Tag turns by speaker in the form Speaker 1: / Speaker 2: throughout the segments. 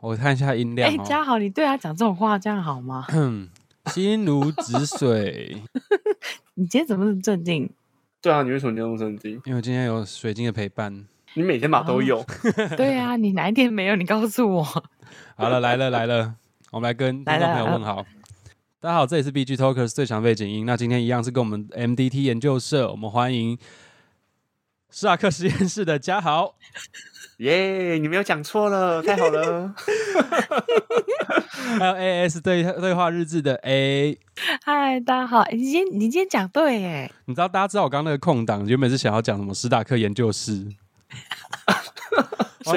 Speaker 1: 我看一下音量
Speaker 2: 哎、
Speaker 1: 哦。
Speaker 2: 嘉豪，你对他讲这种话，这样好吗？
Speaker 1: 心如止水，
Speaker 2: 你今天怎么这么镇定？
Speaker 3: 对啊，你为什么你要用圣经？
Speaker 1: 因为我今天有水晶的陪伴。
Speaker 3: 你每天把都有，
Speaker 2: 对啊，你哪一天没有？你告诉我。
Speaker 1: 好了，来了来了，我们来跟听众朋友问好。大家好，这里是 BG Talkers 最强背景音。那今天一样是跟我们 MDT 研究社，我们欢迎施瓦克实验室的嘉豪。
Speaker 3: 耶！你没有讲错了，太好了。
Speaker 1: 还有 AS 对对话日志的 A。
Speaker 2: 嗨，大家好，哎你今天你今天讲对耶，
Speaker 1: 你知道大家知道我刚刚那个空档原本是想要讲什么史达克研究室，
Speaker 3: 所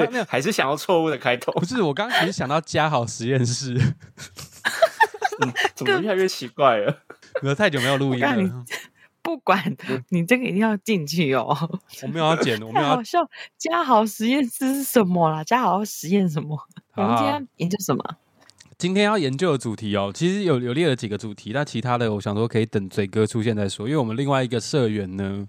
Speaker 1: 完
Speaker 3: 以
Speaker 1: 了没有
Speaker 3: 还是想要错误的开头
Speaker 1: 不，是我刚刚只是想到嘉豪实验室，
Speaker 3: 嗯怎么越来越奇怪了？
Speaker 1: 我太久没有录音
Speaker 2: 我告诉
Speaker 1: 了，
Speaker 2: 不管你这个一定要进去哦。
Speaker 1: 我没有要剪，我没
Speaker 2: 太
Speaker 1: 有
Speaker 2: 好
Speaker 1: 要
Speaker 2: 笑，嘉豪实验室是什么啦？嘉豪实验什么？我
Speaker 1: 好
Speaker 2: 们今
Speaker 1: 好
Speaker 2: 天研究什么？
Speaker 1: 啊今天要研究的主题哦，其实有有列了几个主题，那其他的我想说可以等嘴哥出现再说，因为我们另外一个社员呢，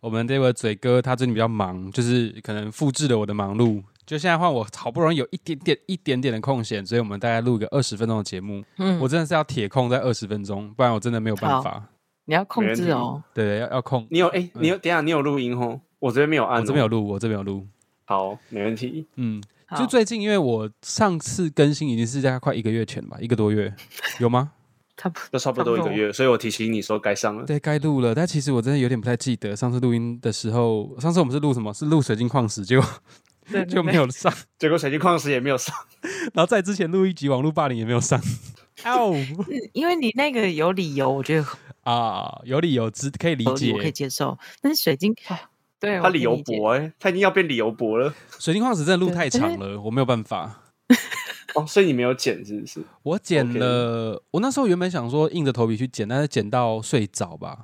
Speaker 1: 我们这位嘴哥他最近比较忙，就是可能复制了我的忙碌，就现在换我好不容易有一点点一点点的空闲，所以我们大概录个二十分钟的节目，
Speaker 2: 嗯，
Speaker 1: 我真的是要铁控在二十分钟，不然我真的没有办法，
Speaker 2: 你要控
Speaker 3: 没问
Speaker 2: 制
Speaker 3: 题
Speaker 2: 哦。
Speaker 1: 对，要要控，
Speaker 3: 你有哎、你有等一下你有录音哦，我这边没有按、
Speaker 1: 我
Speaker 3: 哦，
Speaker 1: 这边有录，我这边有录，
Speaker 3: 好，没问题。
Speaker 1: 嗯，
Speaker 2: 好
Speaker 1: 就最近因为我上次更新已经是大概快一个月前吧，一个多月，有吗？
Speaker 2: 差不多
Speaker 3: 就差不多一个月，所以我提醒你说该上了。
Speaker 1: 对该录了，但其实我真的有点不太记得上次录音的时候，上次我们是录什么？是录水晶矿石，结果
Speaker 2: 对
Speaker 1: 就没。有上。
Speaker 3: 结果水晶矿石也没有上，
Speaker 1: 然后在之前录一集网络霸凌也没有 上。哦
Speaker 2: 对对因为你那个有理由，我觉得
Speaker 1: 啊，有理有之，可以理
Speaker 2: 合理，我可以
Speaker 1: 解。
Speaker 2: 接受。但是水晶，对，
Speaker 3: 他
Speaker 2: 我可以
Speaker 3: 理由
Speaker 2: 理解
Speaker 1: 啊
Speaker 3: 博哎、他已经要变理由博了
Speaker 1: 水晶矿石真的录
Speaker 2: 对哎
Speaker 1: 太
Speaker 2: 但
Speaker 1: 长
Speaker 2: 是
Speaker 1: 了，我没有办法。
Speaker 3: 哦，所以你没有剪是不是？
Speaker 1: 我剪
Speaker 3: OK
Speaker 1: 了我那时候原本想说硬着头皮去剪，但是剪到睡着吧，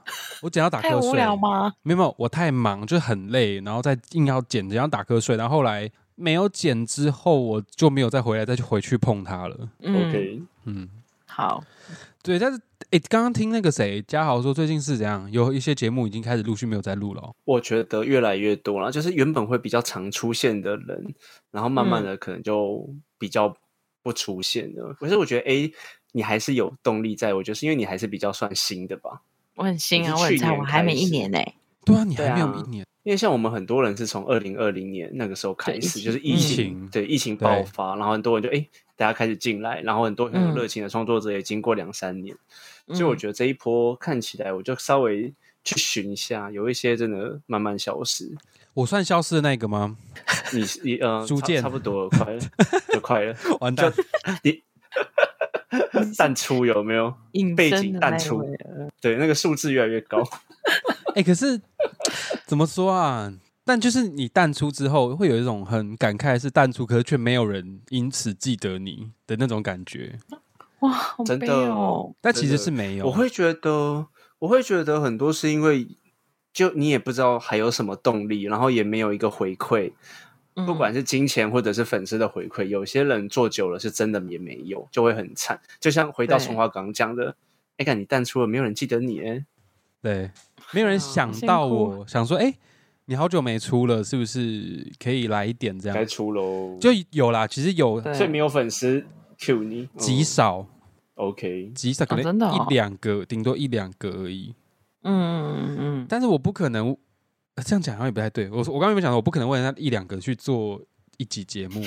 Speaker 1: 我剪到打
Speaker 2: 太
Speaker 1: 瞌
Speaker 2: 无
Speaker 1: 睡。
Speaker 2: 聊吗？
Speaker 1: 没有，没有，我太忙，就很累，然后再硬要剪，然后打瞌睡，然后后来没有剪之后，我就没有再回来，再去回去碰它了。
Speaker 2: 嗯
Speaker 3: OK，
Speaker 1: 嗯，
Speaker 2: 好，
Speaker 1: 对，但是诶，刚刚听那个谁嘉豪说，最近是怎样？有一些节目已经开始陆续没有在录了哦、
Speaker 3: 我觉得越来越多了，就是原本会比较常出现的人，然后慢
Speaker 2: 嗯
Speaker 3: 慢的可能就比较不出现了。可是我觉得，哎，你还是有动力在，我觉得是因为你还是比较算新的吧。
Speaker 2: 我很新啊，
Speaker 3: 我
Speaker 2: 我
Speaker 3: 是
Speaker 2: 很
Speaker 3: 去
Speaker 2: 菜，
Speaker 3: 年
Speaker 2: 我还没
Speaker 3: 开
Speaker 2: 一
Speaker 3: 始
Speaker 2: 年呢、
Speaker 1: 对啊，你
Speaker 3: 对
Speaker 1: 还没有
Speaker 3: 啊
Speaker 1: 一年，
Speaker 3: 因为像我们很多人是从二零二零年那个时候开
Speaker 2: 对
Speaker 3: 始，
Speaker 2: 疫
Speaker 3: 就是
Speaker 2: 情
Speaker 3: 疫
Speaker 1: 嗯
Speaker 3: 情，对疫情爆发，然后很多人就哎，大家开始进来，然后很多很
Speaker 2: 嗯
Speaker 3: 有热情的创作者也经过两三年，所以我觉得这一波看起来，我就稍微去寻一下，有一些真的慢慢消失。
Speaker 1: 我算消失的那个吗？
Speaker 3: 你你呃，
Speaker 1: 逐
Speaker 3: 差
Speaker 1: 渐
Speaker 3: 差不多了快了，就快 了。
Speaker 1: 完蛋，
Speaker 3: 淡出有没有？
Speaker 2: 隐
Speaker 3: 背
Speaker 2: 身
Speaker 3: 景
Speaker 2: 嗯的
Speaker 3: 淡
Speaker 2: 那一
Speaker 3: 出
Speaker 2: 位
Speaker 3: 对，那个数字越来越高。
Speaker 1: 哎、可是怎么说啊？但就是你淡出之后，会有一种很感慨，是淡出，可是却没有人因此记得你的那种感觉。
Speaker 2: 哇，好
Speaker 3: 真的
Speaker 2: 悲哦，
Speaker 1: 但其实
Speaker 3: 真的
Speaker 1: 是没有，啊
Speaker 3: 我会觉得，我会觉得很多是因为，就你也不知道还有什么动力，然后也没有一个回馈，不
Speaker 2: 嗯
Speaker 3: 管是金钱或者是粉丝的回馈，有些人做久了是真的也没有，就会很惨。就像回到
Speaker 2: 对
Speaker 3: 松花港讲的，哎，看你淡出了，没有人记得你哎。
Speaker 1: 对，没有人
Speaker 2: 啊
Speaker 1: 想
Speaker 2: 辛
Speaker 1: 到
Speaker 2: 苦
Speaker 1: 我，想说，哎、你好久没出了，是不是可以来一点这
Speaker 3: 该
Speaker 1: 样？
Speaker 3: 出喽，
Speaker 1: 就有啦，其实有
Speaker 2: 对
Speaker 3: 所以没有粉丝 Q 你，
Speaker 1: 极
Speaker 3: 嗯
Speaker 1: 少，
Speaker 3: OK，
Speaker 1: 极少，可
Speaker 2: 真的
Speaker 1: 能
Speaker 2: 哦
Speaker 1: 一两个，顶多一两个而已。
Speaker 2: 嗯嗯嗯嗯，
Speaker 1: 但是我不可能呃这样讲，好像也不太对。我说我刚刚有没有讲，我不可能为了那一两个去做一集节 目。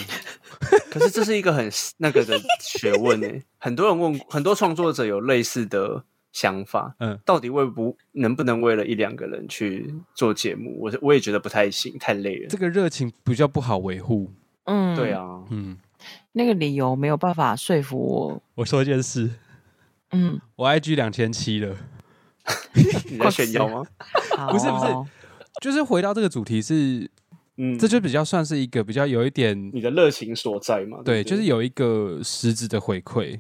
Speaker 3: 可是这是一个很 那个的学问呢、很多人问，很多创作者有类似的想法，
Speaker 1: 嗯
Speaker 3: 嗯，到底为不能不能为了一两个人去做节目？我是我也觉得不太行，太累了
Speaker 1: 这。个热情比较不好维护。
Speaker 2: 嗯
Speaker 3: 对，啊，
Speaker 1: 嗯，
Speaker 2: 那个理由没有办法说服我，
Speaker 1: 我说一件事，
Speaker 2: 嗯，
Speaker 1: 我 IG 两千七了。
Speaker 3: 你在炫耀吗？
Speaker 1: 不是不是
Speaker 2: 好
Speaker 1: 就是回到这个主题是，
Speaker 3: 嗯，
Speaker 1: 这就比较算是一个比较有一点
Speaker 3: 你的热情所在嘛。
Speaker 1: 对，
Speaker 3: 不
Speaker 1: 就是有一个实质的回馈。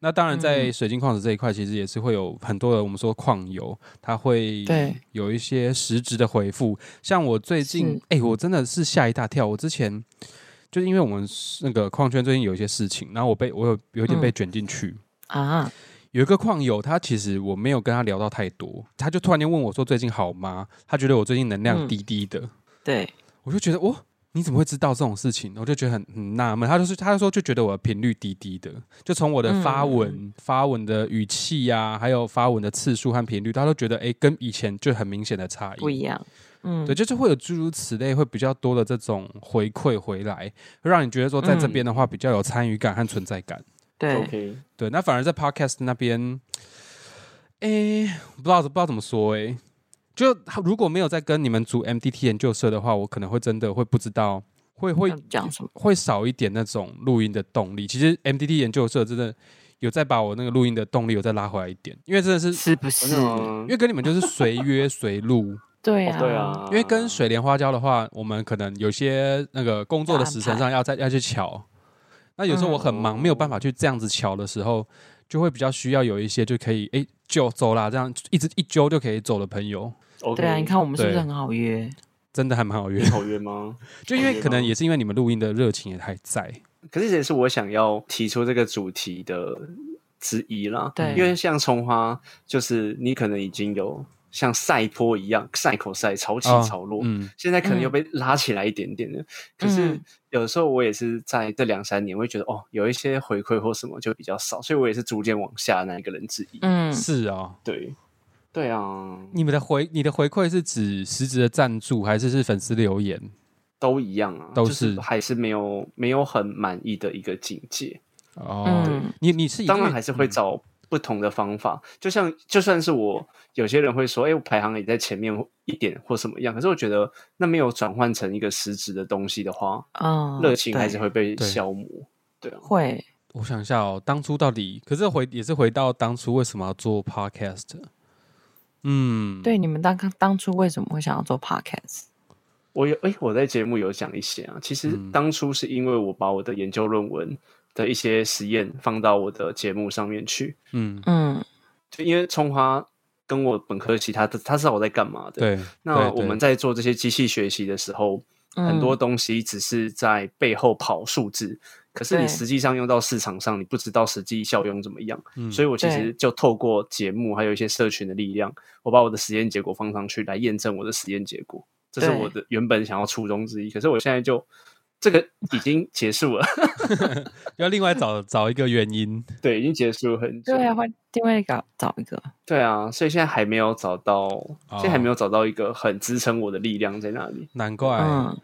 Speaker 1: 那当然，在
Speaker 2: 嗯
Speaker 1: 水晶矿石这一块，其实也是会有很多的我们说矿友，他会
Speaker 2: 对
Speaker 1: 有一些实质的回复。像我最近
Speaker 2: 是，
Speaker 1: 哎、我真的是吓一大跳。我之前就是因为我们那个矿圈最近有一些事情，然后我被我有有一点被
Speaker 2: 嗯
Speaker 1: 卷进去。
Speaker 2: 啊，
Speaker 1: 有一个矿友，他其实我没有跟他聊到太多，他就突然间问我说：“最近好吗？”他觉得我最近能量
Speaker 2: 嗯
Speaker 1: 低低的，
Speaker 3: 哎
Speaker 2: 对，
Speaker 1: 我就觉得哦，你怎么会知道这种事情？”我就觉得很很纳闷。他就是他就说就觉得我的频率低低的，就从我
Speaker 2: 嗯
Speaker 1: 的发文、发文的语气呀、还有发文的次数和频率，他都觉得哎、诶跟以前就很明显的差异，
Speaker 2: 不一样。嗯，
Speaker 1: 对，就是会有诸如此类，会比较多的这种回馈回来，会让你觉得说在
Speaker 2: 嗯
Speaker 1: 这边的话比较有参与感和存在感。
Speaker 2: 对，
Speaker 3: 嗯，OK，
Speaker 1: 对，那反而在 Podcast 那边，诶、不知道不知道怎么说诶、就如果没有在跟你们组 MDT 研究社的话，我可能会真的会不知道，会会
Speaker 2: 要讲什么？
Speaker 1: 会少一点那种录音的动力。其实 MDT 研究社真的有在把我那个录音的动力有再拉回来一点，因为真的是，
Speaker 2: 是不是？
Speaker 1: 因为跟你们就是随约随录。
Speaker 2: 对
Speaker 3: 哦
Speaker 2: 啊，
Speaker 3: 对啊，
Speaker 1: 因为跟水莲花椒的话，我们可能有些那个工作的时辰上要再要去瞧。那有时候我很忙，
Speaker 3: 嗯
Speaker 1: 没有办法去这样子瞧的时候，就会比较需要有一些就可以诶就走啦，这样一直一揪就可以走的朋友，
Speaker 3: OK，
Speaker 2: 对啊，你看我们是不是
Speaker 1: 对
Speaker 2: 很好约？
Speaker 1: 真的还蛮好约
Speaker 3: 你。好约吗？
Speaker 1: 就因为可能也是因为你们录音的热情也还在，
Speaker 3: 可是这也是我想要提出这个主题的之一啦。
Speaker 2: 对
Speaker 3: 因为像葱花，就是你可能已经有像赛坡一样赛口赛潮起
Speaker 1: 哦
Speaker 3: 潮落，
Speaker 1: 嗯，
Speaker 3: 现在可能又被拉起来一点点的。可是
Speaker 2: 嗯
Speaker 3: 有的时候我也是在这两三年，我会觉得哦，有一些回馈或什么就比较少，所以我也是逐渐往下那一个人之一。
Speaker 2: 嗯，
Speaker 1: 是哦。
Speaker 3: 对，对啊，
Speaker 1: 你们的回你的回馈是指实质的赞助，还是是粉丝留言？
Speaker 3: 都一样啊，
Speaker 1: 都
Speaker 3: 就是还是没有没有很满意的一个境界。
Speaker 1: 哦，
Speaker 2: 嗯
Speaker 1: 你你是以
Speaker 3: 当然还是
Speaker 1: 嗯
Speaker 3: 会找不同的方法。就像就算是我，有些人会说，哎、我排行也在前面一点或什么样，可是我觉得那没有转换成一个实质的东西的话，
Speaker 2: 嗯，
Speaker 3: 热、情
Speaker 2: 对
Speaker 3: 还是会被
Speaker 1: 哦对
Speaker 3: 消磨。对啊，
Speaker 2: 会，
Speaker 1: 我想一下哦，当初到底，可是回也是回到当初为什么要做 podcast？嗯，
Speaker 2: 对，你们当当初为什么会想要做 podcast？
Speaker 3: 我有哎、我在节目有讲一些啊，其实
Speaker 1: 嗯
Speaker 3: 当初是因为我把我的研究论文的一些实验放到我的节目上面去，
Speaker 1: 嗯，
Speaker 2: 嗯，
Speaker 3: 就因为葱花跟我本科系，他他知道我在干嘛的。
Speaker 1: 对，
Speaker 3: 那
Speaker 1: 对
Speaker 3: 我们
Speaker 1: 对
Speaker 3: 在做这些机器学习的时候，很多
Speaker 2: 嗯
Speaker 3: 东西只是在背后跑数字，可是你
Speaker 2: 对
Speaker 3: 实际上用到市场上，你不知道实际效用怎么样。
Speaker 1: 嗯
Speaker 3: 所以我其
Speaker 2: 对
Speaker 3: 实就透过节目还有一些社群的力量，我把我的实验结果放上去来验证我的实验结果，这是
Speaker 2: 对
Speaker 3: 我的原本想要初衷之一。可是我现在就这个已经结束了，
Speaker 1: 要另外找找一个原因，
Speaker 3: 对，已经结束了很久。
Speaker 2: 对啊，换另外一个找一个，
Speaker 3: 对啊，所以现在还没有找到，现在还没有找到一个很支撑我的力量在那里。
Speaker 1: 难怪、
Speaker 2: 嗯，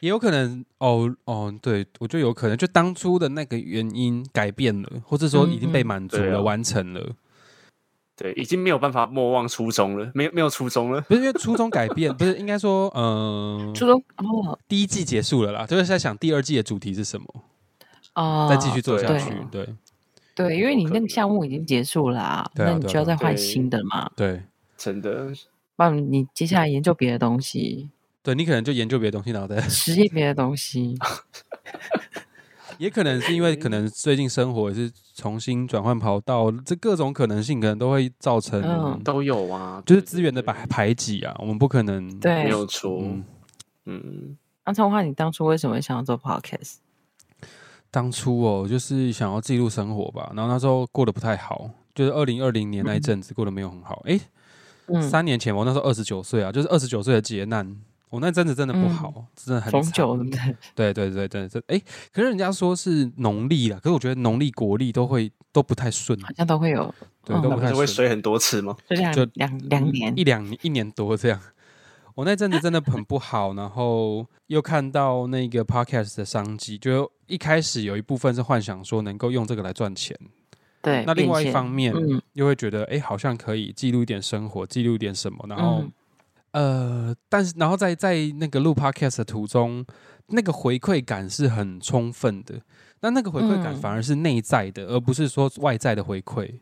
Speaker 1: 也有可能哦哦，对我觉得有可能，就当初的那个原因改变了，或者说已经被
Speaker 2: 嗯嗯
Speaker 1: 满足
Speaker 3: 对
Speaker 1: 了、
Speaker 3: 啊
Speaker 1: 完成了，
Speaker 3: 对，已经没有办法莫忘初衷了，没有没有初衷了。
Speaker 1: 不是因为初衷改变，不是应该说，嗯、
Speaker 2: 初中哦
Speaker 1: 第一季结束了啦，就是在想第二季的主题是什么，
Speaker 2: 哦，
Speaker 1: 再继续做下
Speaker 2: 对
Speaker 1: 去，对
Speaker 2: 对，因为你
Speaker 3: 有可
Speaker 2: 那个
Speaker 3: 能
Speaker 2: 项目已经结束了啊，
Speaker 1: 对啊
Speaker 2: 那你
Speaker 1: 对啊
Speaker 2: 就要
Speaker 1: 对
Speaker 2: 再
Speaker 1: 啊
Speaker 2: 换
Speaker 3: 对
Speaker 2: 新的嘛，
Speaker 1: 对
Speaker 3: 真的，
Speaker 2: 不然你接下来研究别的东西，
Speaker 1: 对，你可能就研究别的东西，然后再
Speaker 2: 实验别的东西，
Speaker 1: 也可能是因为可能最近生活也是重新转换跑道，这各种可能性可能都会造成，
Speaker 2: 嗯
Speaker 3: 都有啊，
Speaker 1: 就是
Speaker 3: 对
Speaker 1: 资源的排排挤啊，我们不可能
Speaker 2: 对
Speaker 3: 没，有错。
Speaker 1: 嗯
Speaker 3: 嗯
Speaker 2: 那聪花，你当初为什么想要做 podcast？
Speaker 1: 当初哦，就是想要记录生活吧，然后那时候过得不太好，就是二零二零年那一阵子过得没有很好。诶，
Speaker 2: 嗯，
Speaker 1: 三年前我那时候二十九岁啊，就是二十九岁的劫难，我那阵子真的不好，真的很
Speaker 2: 逢
Speaker 1: 惨
Speaker 2: 九对不对？
Speaker 1: 对对对对对，诶，可是人家说是农历啦，可是我觉得农历国历都会都不太顺，
Speaker 2: 好像都会有，
Speaker 1: 对，
Speaker 2: 嗯
Speaker 1: 都
Speaker 3: 那
Speaker 1: 不
Speaker 3: 不
Speaker 1: 太
Speaker 3: 是会
Speaker 1: 顺。
Speaker 3: 水很多次吗？
Speaker 2: 就嗯两
Speaker 1: 就
Speaker 2: 两两年
Speaker 1: 一，两一年多这样。我那阵子真的很不好， 然后又看到那个 podcast 的商机，就一开始有一部分是幻想说能够用这个来赚钱，
Speaker 2: 对。
Speaker 1: 那另外一
Speaker 2: 哎变现
Speaker 1: 方面
Speaker 2: 嗯
Speaker 1: 又会觉得哎、诶好像可以记录一点生活，记录一点什么，然后、
Speaker 2: 嗯
Speaker 1: 呃，但是然后在在那个录 podcast 的途中，那个回馈感是很充分的，那那个回馈感
Speaker 2: 嗯
Speaker 1: 反而是内在的，而不是说外在的回馈。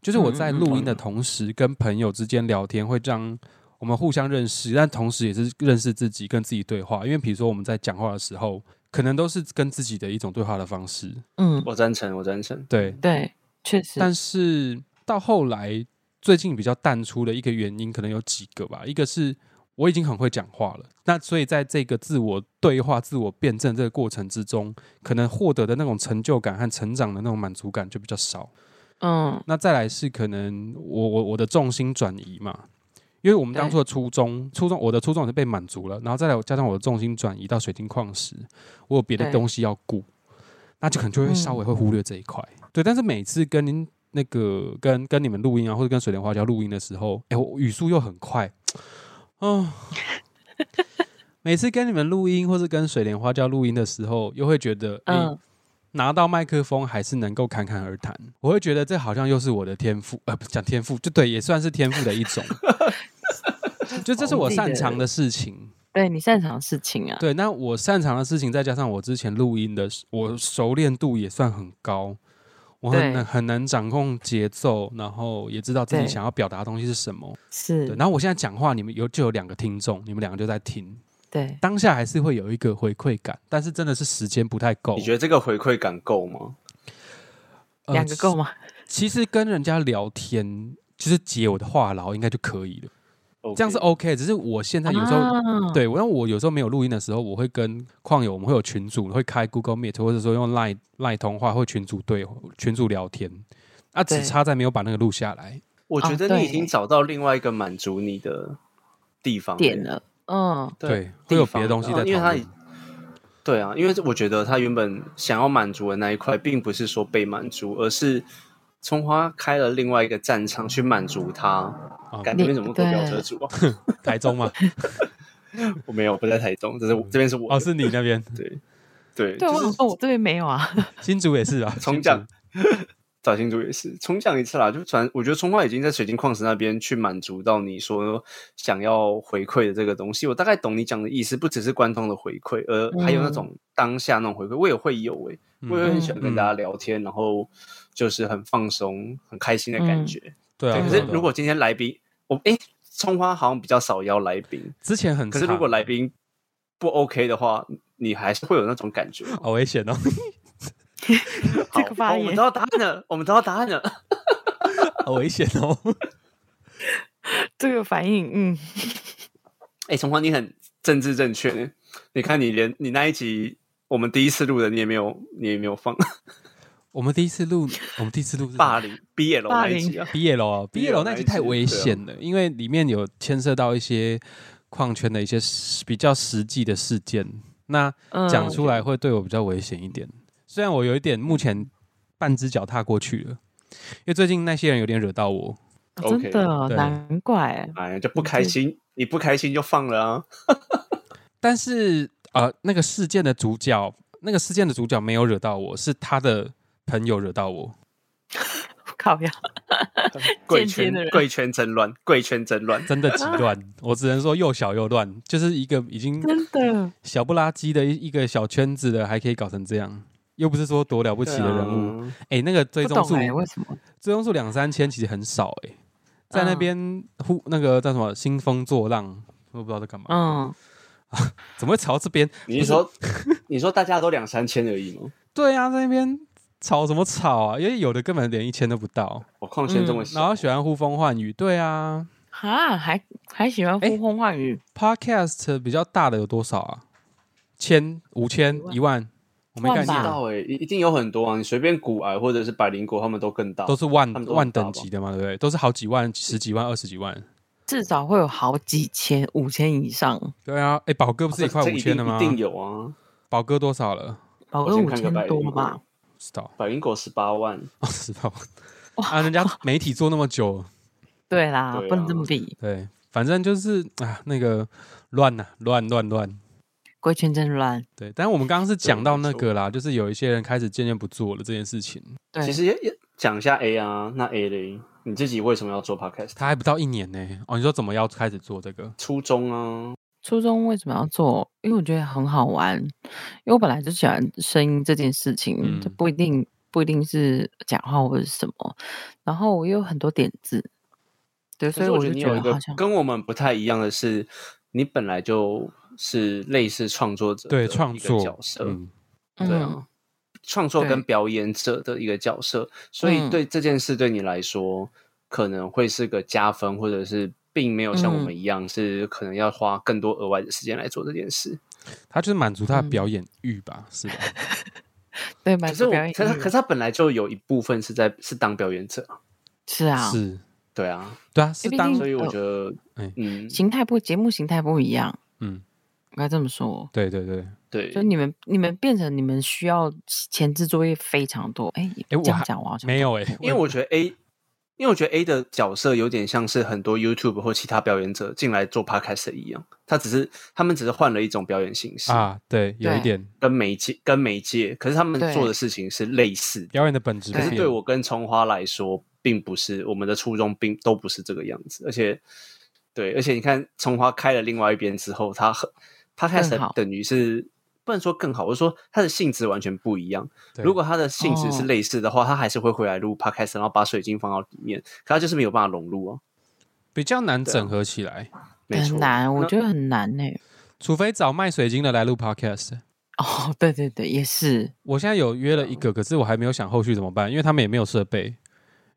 Speaker 1: 就是我在
Speaker 2: 嗯嗯嗯
Speaker 1: 录音的同时，跟朋友之间聊天，会让我们互相认识，但同时也是认识自己，跟自己对话。因为比如说我们在讲话的时候，可能都是跟自己的一种对话的方式，
Speaker 2: 嗯，
Speaker 3: 我赞成，我赞成。
Speaker 1: 对。
Speaker 2: 对，确实，
Speaker 1: 但是到后来，最近比较淡出的一个原因，可能有几个吧。一个是我已经很会讲话了，那所以在这个自我对话、自我辩证这个过程之中，可能获得的那种成就感和成长的那种满足感就比较少。
Speaker 2: 嗯
Speaker 1: 那再来是可能我我我的重心转移嘛，因因为我们当初的初衷，初衷我的初衷也是被满足了，然后再来我加上我的重心转移到水晶矿石，我有别的
Speaker 2: 对
Speaker 1: 东西要顾，那就可能就会稍
Speaker 2: 嗯
Speaker 1: 微会忽略这一块。对，但是每次跟您那个跟跟你们录音啊，或者跟水莲花椒录音的时候，哎、我语速又很快， 啊。每次跟你们录音，或是跟水莲花椒录音的时候，又会觉得，哎、
Speaker 2: 嗯，
Speaker 1: 拿到麦克风还是能够侃侃而谈，我会觉得这好像又是我的天赋，呃，不讲天赋，就对，也算是天赋的一 种。就这是我擅长的事情，
Speaker 2: 对你擅长的事情啊，
Speaker 1: 对。那我擅长的事情，再加上我之前录音的，我熟练度也算很高，我很
Speaker 2: 对
Speaker 1: 能很能掌控节奏，然后也知道自己
Speaker 2: 对
Speaker 1: 想要表达的东西是什么。对，
Speaker 2: 是，
Speaker 1: 然后我现在讲话，你们有就有两个听众，你们两个就在听，
Speaker 2: 对，
Speaker 1: 当下还是会有一个回馈感，但是真的是时间不太够。
Speaker 3: 你觉得这个回馈感够吗？
Speaker 1: 呃
Speaker 2: 两个够吗？
Speaker 1: 其实跟人家聊天，就是解我的话痨应该就可以了，这样是哦 OK。只是我现在有时候、
Speaker 2: 啊，
Speaker 1: 对，我让我有时候没有录音的时候，我会跟矿友，我们会有群组，会开 Google Meet，或者说用 Line Line 通话，或群组对群组聊天。啊，只
Speaker 2: 对
Speaker 1: 差在没有把那个录下来。
Speaker 3: 我觉
Speaker 2: 哦
Speaker 3: 得你已
Speaker 2: 对
Speaker 3: 经找到另外一个满足你的地方
Speaker 2: 点，了，嗯，
Speaker 1: 对，会
Speaker 3: 地
Speaker 1: 有别
Speaker 3: 方
Speaker 1: 的东西
Speaker 3: 嗯
Speaker 1: 在
Speaker 3: 因为
Speaker 1: 讨
Speaker 3: 他
Speaker 1: 论。
Speaker 3: 对啊，因为我觉得他原本想要满足的那一块，并不是说被满足，而是葱花开了另外一个战场去满足他。
Speaker 1: 哦
Speaker 3: 感觉边怎么狗飙车主啊？
Speaker 1: 台中嘛，
Speaker 3: 我没有，不在台中，这是我这边是 我
Speaker 1: 哦，
Speaker 3: 的
Speaker 1: 是你那边，
Speaker 3: 对对，
Speaker 2: 对，我
Speaker 3: 就
Speaker 2: 想
Speaker 3: 是
Speaker 2: 说我这边没有啊，
Speaker 1: 新竹也是啊，
Speaker 3: 重
Speaker 1: 新
Speaker 3: 讲
Speaker 1: 竹。
Speaker 3: 找新竹也是重讲一次啦，就传我觉得葱花已经在水晶矿石那边去满足到你说想要回馈的这个东西，我大概懂你讲的意思，不只是官方的回馈，而还有
Speaker 2: 嗯
Speaker 3: 那种当下那种回馈，我也会有诶、
Speaker 1: 嗯
Speaker 3: 我也很喜欢跟大家聊天，然后就是很放松、很开心的感觉。
Speaker 1: 对
Speaker 2: 嗯
Speaker 1: 啊
Speaker 3: 对，，
Speaker 1: 对
Speaker 3: 可是
Speaker 1: 啊对啊
Speaker 3: 如果今天来宾，我诶，葱花好像比较少邀来宾，
Speaker 1: 之前很
Speaker 3: 可
Speaker 1: 长，
Speaker 3: 是如果来宾不 OK 的话，你还是会有那种感觉。
Speaker 1: 好危险哦，
Speaker 2: 这
Speaker 3: 好
Speaker 2: 个发
Speaker 3: 哦我们
Speaker 2: 言
Speaker 3: 知道答案了，我们知道答案了。
Speaker 1: 好危险哦。
Speaker 2: 这个反应，嗯，
Speaker 3: 哎、崇华，你很政治正确呢。你看，你连你那一集我们第一次录的，你也没有，你也没有放
Speaker 1: 我们第一次录，我们第一次录是
Speaker 3: 霸凌 BL
Speaker 2: 霸
Speaker 3: 那一集啊。
Speaker 1: BL 哦
Speaker 3: BL
Speaker 1: ，BL 那
Speaker 3: 那
Speaker 1: 一集啊
Speaker 3: 一
Speaker 1: 太
Speaker 3: 集
Speaker 1: 危险了，因为里面有牵涉到一些矿圈的一些实比较实际的事件，那
Speaker 2: 嗯
Speaker 1: 讲出来会对我比较危险一点。虽然我有一点目前半只脚踏过去了，因为最近那些人有点惹到我，
Speaker 2: 哦真
Speaker 3: OK，
Speaker 2: 的
Speaker 1: 对
Speaker 2: 难怪，
Speaker 3: 哎呀，就不开心，你不开心就放了啊。
Speaker 1: 但是呃，那个事件的主角，那个事件的主角没有惹到我，是他的朋友惹到我。
Speaker 2: 靠 呀，
Speaker 3: 贵
Speaker 2: 间接
Speaker 3: 圈
Speaker 2: 的人，
Speaker 3: 贵圈真乱，贵圈真乱。
Speaker 1: 真 的极乱，我只能说又小又乱，就是一个已经
Speaker 2: 真的，
Speaker 1: 小不拉几的一一个小圈子的，还可以搞成这样，又不是说多了不起的人物。
Speaker 3: 对啊
Speaker 1: 哎、那个追
Speaker 2: 不
Speaker 1: 踪数
Speaker 2: 懂，哎，为什么？
Speaker 1: 追踪数两三千，其实很少哎、在那
Speaker 2: 嗯
Speaker 1: 边呼那个叫什么兴风作浪，我不知道在干嘛，
Speaker 2: 嗯，
Speaker 1: 怎么会朝这边？
Speaker 3: 你是说你说大家都两三千而已吗？
Speaker 1: 对啊，在那边吵什么吵啊？因为有的根本连一千都不到，
Speaker 3: 我矿圈这么
Speaker 1: 嗯然
Speaker 3: 小，
Speaker 1: 后喜欢呼风唤雨。对啊
Speaker 2: 哈，还还喜欢
Speaker 1: 哎
Speaker 2: 呼风唤雨，
Speaker 1: ，Podcast 比较大的有多少啊？千、五千、一万，我没概
Speaker 2: 万
Speaker 3: 不知
Speaker 1: 念
Speaker 2: 吧
Speaker 1: 啊，
Speaker 3: 道哎、一一定有很多啊。你随便古癌或者是百灵果，他们都更大，
Speaker 1: 都是万
Speaker 3: 他们都
Speaker 1: 万
Speaker 3: 很大
Speaker 1: 等
Speaker 3: 吧
Speaker 1: 级的嘛，对不对？都是好几万、十几万、二十几万。
Speaker 2: 至少会有好几千、五千以上，
Speaker 1: 对啊，哎，宝哥不是也快
Speaker 3: 哦这
Speaker 1: 五千了吗
Speaker 3: 一？定一定有啊，
Speaker 1: 宝哥多少了？
Speaker 2: 宝
Speaker 3: 我
Speaker 2: 哥
Speaker 3: 先
Speaker 2: 哦五
Speaker 3: 看个
Speaker 2: 千
Speaker 3: 百灵
Speaker 2: 多
Speaker 3: 果
Speaker 2: 吧？
Speaker 1: 不知道
Speaker 3: 百灵果十八万，
Speaker 1: 哦，知道啊，人家媒体做那么久，
Speaker 2: 对啦，
Speaker 3: 对
Speaker 2: 不能这
Speaker 3: 啊
Speaker 2: 么比，
Speaker 1: 对，反正就是啊，那个乱呐、乱乱乱。
Speaker 2: 规圈真乱，
Speaker 1: 对，但是我们刚刚是讲到
Speaker 3: 没
Speaker 1: 那
Speaker 3: 错
Speaker 1: 个啦，就是有一些人开始渐渐不做了这件事情，
Speaker 2: 对，
Speaker 3: 其实也也讲一下 A 啊，那 A 嘞，你自己为什么要做 podcast？
Speaker 1: 他还不到一年呢、哦，你说怎么要开始做这个？
Speaker 3: 初衷啊，
Speaker 2: 初中为什么要做？因为我觉得很好玩，因为我本来就喜欢声音这件事情，这
Speaker 1: 嗯
Speaker 2: 不一定不一定是讲话或者是什么，然后我又有很多点子，对，所
Speaker 3: 可
Speaker 2: 以
Speaker 3: 是我
Speaker 2: 就
Speaker 3: 你
Speaker 2: 觉
Speaker 3: 有一
Speaker 2: 得
Speaker 3: 个
Speaker 2: 好像
Speaker 3: 跟我们不太一样的是，你本来就是类似创作者的
Speaker 1: 对，
Speaker 3: 一个
Speaker 1: 创作
Speaker 3: 角色，
Speaker 1: 嗯，
Speaker 3: 对啊，创作
Speaker 2: 对
Speaker 3: 跟表演者的一个角色，所以
Speaker 2: 嗯
Speaker 3: 对这件事对你来说可能会是个加分，或者是并没有像我
Speaker 2: 嗯
Speaker 3: 们一样是可能要花更多额外的时间来做这件事。
Speaker 1: 他就是满足他的
Speaker 2: 嗯
Speaker 1: 表演欲吧，是吧？
Speaker 2: 嗯对，
Speaker 3: 可
Speaker 2: 蛮
Speaker 3: 是
Speaker 2: 多
Speaker 3: 我，
Speaker 2: 表演
Speaker 3: 可是他
Speaker 2: 欲
Speaker 3: 可是他本来就有一部分是在是当表演者啊，
Speaker 2: 是啊，哎
Speaker 1: 是，
Speaker 3: 对啊，
Speaker 1: 对啊，是
Speaker 2: 毕
Speaker 1: 当
Speaker 2: 竟
Speaker 3: 所以我觉得
Speaker 1: 哎，
Speaker 3: 嗯，
Speaker 2: 形态不节目形态不一样，
Speaker 1: 嗯，
Speaker 2: 应该这么说。
Speaker 1: 对对对，
Speaker 3: 对
Speaker 2: 就，你们你们变成你们需要前置作业非常多，哎、
Speaker 1: 哎我
Speaker 2: 这样
Speaker 1: 还
Speaker 2: 讲我好像
Speaker 1: 没有哎，
Speaker 3: 因为我觉得 A，因为我觉得 A 的角色有点像是很多 YouTube 或其他表演者进来做 Podcast 的一样，他只是他们只是换了一种表演形式，
Speaker 1: 啊，对，有一
Speaker 2: 对
Speaker 1: 点
Speaker 3: 跟媒介跟媒介，可是他们
Speaker 2: 对
Speaker 3: 做的事情是类似的。
Speaker 1: 表演的本质不
Speaker 2: 可
Speaker 3: 可是
Speaker 1: 变
Speaker 3: 对我跟葱花来说，并不是我们的初衷并都不是这个样子，而且对，而且你看葱花开了另外一边之后，他很他开始
Speaker 2: 更好
Speaker 3: 等于是不能说更好，我是说他的性质完全不一样。
Speaker 1: 对
Speaker 3: 如果他的性质是
Speaker 2: 哦
Speaker 3: 类似的话，他还是会回来录 podcast，然后把水晶放到里面，可他就是没有办法融入哦、
Speaker 1: 比较难
Speaker 3: 对啊
Speaker 1: 整合起来，
Speaker 3: 没错
Speaker 2: 很，难，我
Speaker 3: 那
Speaker 2: 觉得很难呢、
Speaker 1: 除非找卖水晶的来录 podcast。
Speaker 2: 哦， 对对对，也是，
Speaker 1: 我现在有约了一个，可是我还没有想后续怎么办，因为他们也没有设备，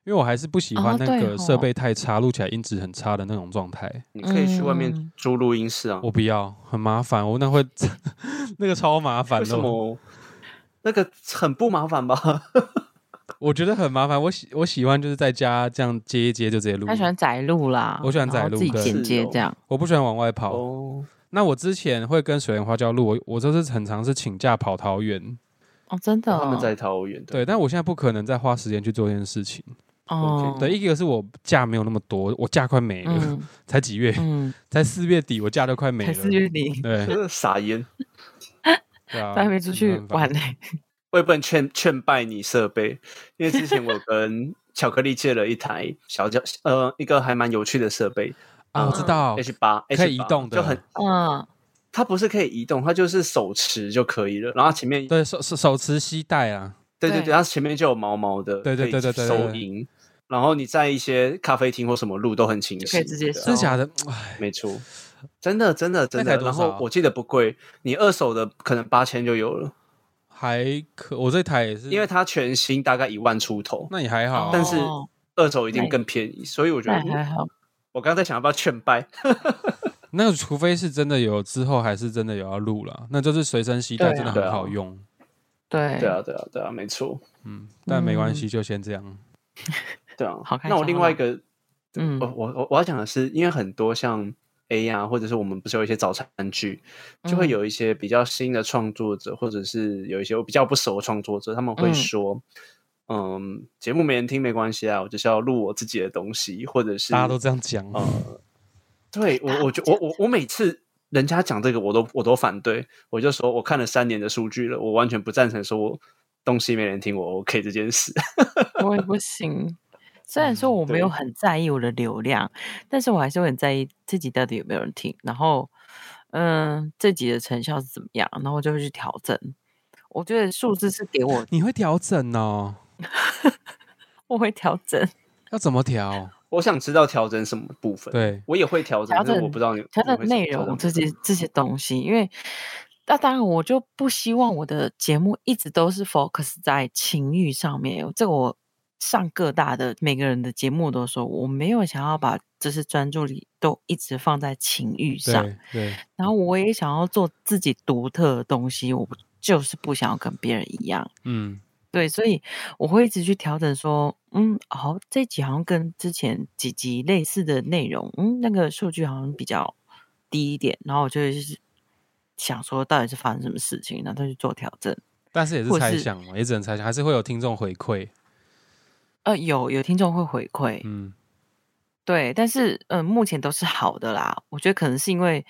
Speaker 1: 因为我还是不喜欢
Speaker 2: 哦
Speaker 1: 那
Speaker 2: 对
Speaker 1: 个
Speaker 2: 哦
Speaker 1: 设备太差，录起来音质很差的那种状态。
Speaker 3: 你可以去外面
Speaker 2: 嗯
Speaker 3: 租录音室啊。
Speaker 1: 我不要，很麻烦，我那会 那个超麻烦哦
Speaker 3: 为什
Speaker 1: 的，
Speaker 3: 么？那个很不麻烦吧？
Speaker 1: 我觉得很麻烦。我喜我喜欢就是在家这样接一接就直接录
Speaker 2: 他，喜欢窄路啦，
Speaker 1: 嗯我喜欢
Speaker 2: 然
Speaker 1: 窄
Speaker 2: 后
Speaker 1: 路
Speaker 2: 自己
Speaker 1: 对
Speaker 2: 剪接
Speaker 3: 是哦
Speaker 2: 这样，
Speaker 1: 我不喜欢往外跑。
Speaker 3: 哦，
Speaker 1: 那我之前会跟水莲花椒录，我我就是很常是请假跑桃园，
Speaker 2: 哦，真的、哦，
Speaker 3: 他们在桃园
Speaker 1: 对，但我现在不可能再花时间去做这件事情。
Speaker 2: 哦，
Speaker 1: 对，一个是我假没有那么多，我假快没了，
Speaker 2: 嗯
Speaker 1: 才几月，
Speaker 2: 嗯，
Speaker 1: 才四月底，我假都 快没
Speaker 2: 才
Speaker 1: 了。
Speaker 2: 四月底，
Speaker 1: 对，
Speaker 3: 真的傻眼。
Speaker 1: 对啊
Speaker 2: 都还没出去玩。
Speaker 1: 没办法
Speaker 2: 呢、
Speaker 3: 我也不能劝劝败你设备，因为之前我跟巧克力借了一台小脚呃一个还蛮有趣的设备
Speaker 1: 啊，我知道，
Speaker 3: H 八，
Speaker 1: 可以移动的
Speaker 3: 就很
Speaker 2: 嗯，
Speaker 3: 它不是可以移动，它就是手持就可以了。然后前面对
Speaker 1: 对手手手持吸带啊，
Speaker 3: 对对
Speaker 2: 对
Speaker 3: 它前面就有毛毛的，
Speaker 1: 对对对对对对
Speaker 3: 可以
Speaker 1: 对
Speaker 3: 收音。然后你在一些咖啡厅或什么路都很清晰，
Speaker 2: 就可以直接
Speaker 3: 对啊
Speaker 1: 真的假的？唉，
Speaker 3: 没错，真的真的真
Speaker 1: 那
Speaker 3: 的。
Speaker 1: 台多
Speaker 3: 然
Speaker 1: 少啊
Speaker 3: 后我记得不贵，你二手的可能八千就有了，
Speaker 1: 还可，我这台也是，
Speaker 3: 因为它全新大概一万出头，
Speaker 1: 那也还好，啊
Speaker 3: 但是
Speaker 2: 哦
Speaker 3: 二手一定
Speaker 2: 那
Speaker 3: 更便宜，所以我觉
Speaker 2: 那
Speaker 3: 得嗯
Speaker 2: 还好，
Speaker 3: 我刚刚在想要不要劝败，
Speaker 1: 那个除非是真的有之后，还是真的有要录了，那就是随身携带
Speaker 2: 对啊
Speaker 1: 真的很好用。
Speaker 2: 对，
Speaker 3: 对啊，对啊，对啊，没错，
Speaker 1: 嗯，但没关系，就先这样。
Speaker 3: 对啊
Speaker 2: 好。看
Speaker 3: 那我
Speaker 2: 超
Speaker 1: 哦
Speaker 3: 另外一
Speaker 2: 好
Speaker 3: 个，
Speaker 2: 嗯
Speaker 3: 我我我我要讲的是，因为很多像 A 啊，或者是我们不是有一些早餐剧，就会
Speaker 2: 嗯
Speaker 3: 有一些比较新的创作者，或者是有一些我比较不熟的创作者，他们会
Speaker 2: 嗯
Speaker 3: 说。嗯，节目没人听没关系啊，我就是要录我自己的东西，或者是呃哦
Speaker 1: 大家都这样讲，哦
Speaker 3: 对我，我就我我我每次人家讲这个，我都我都反对，我就说我看了三年的数据了，我完全不赞成说我东西没人听我 OK 这件事。
Speaker 2: 我也不行。虽然说我没有
Speaker 3: 嗯对
Speaker 2: 很在意我的流量，但是我还是会很在意自己到底有没有人听，然后，嗯，自己的成效是怎么样，然后我就会去调整。我觉得数字是给我，
Speaker 1: 你会调整哦？
Speaker 2: 我会调整，
Speaker 1: 要怎么调？
Speaker 3: 我想知道调整什么部分，
Speaker 1: 对，
Speaker 3: 我也会调整，
Speaker 2: 调
Speaker 3: 但是我
Speaker 2: 整
Speaker 3: 不知道你
Speaker 2: 调
Speaker 3: 你会
Speaker 2: 整内
Speaker 3: 调
Speaker 2: 容
Speaker 3: 整
Speaker 2: 这些这些东西，因为那当然我就不希望我的节目一直都是 focus 在情欲上面，这个我上各大的每个人的节目都说，我没有想要把就是专注力都一直放在情欲上，
Speaker 1: 对，对，
Speaker 2: 然后我也想要做自己独特的东西，我不就是不想要跟别人一样。
Speaker 1: 嗯，
Speaker 2: 对，所以我会一直去调整，说，嗯，好、这集好像跟之前几集类似的内容，嗯，那个数据好像比较低一点，然后我就会是想说到底是发生什么事情，然后再去做调整。
Speaker 1: 但是也是
Speaker 2: 或
Speaker 1: 猜
Speaker 2: 是
Speaker 1: 想嘛，也只能猜想，还是会有听众回馈。
Speaker 2: 呃，有有听众会回馈，
Speaker 1: 嗯，
Speaker 2: 对，但是嗯、呃目前都是好的啦。我觉得可能是因为，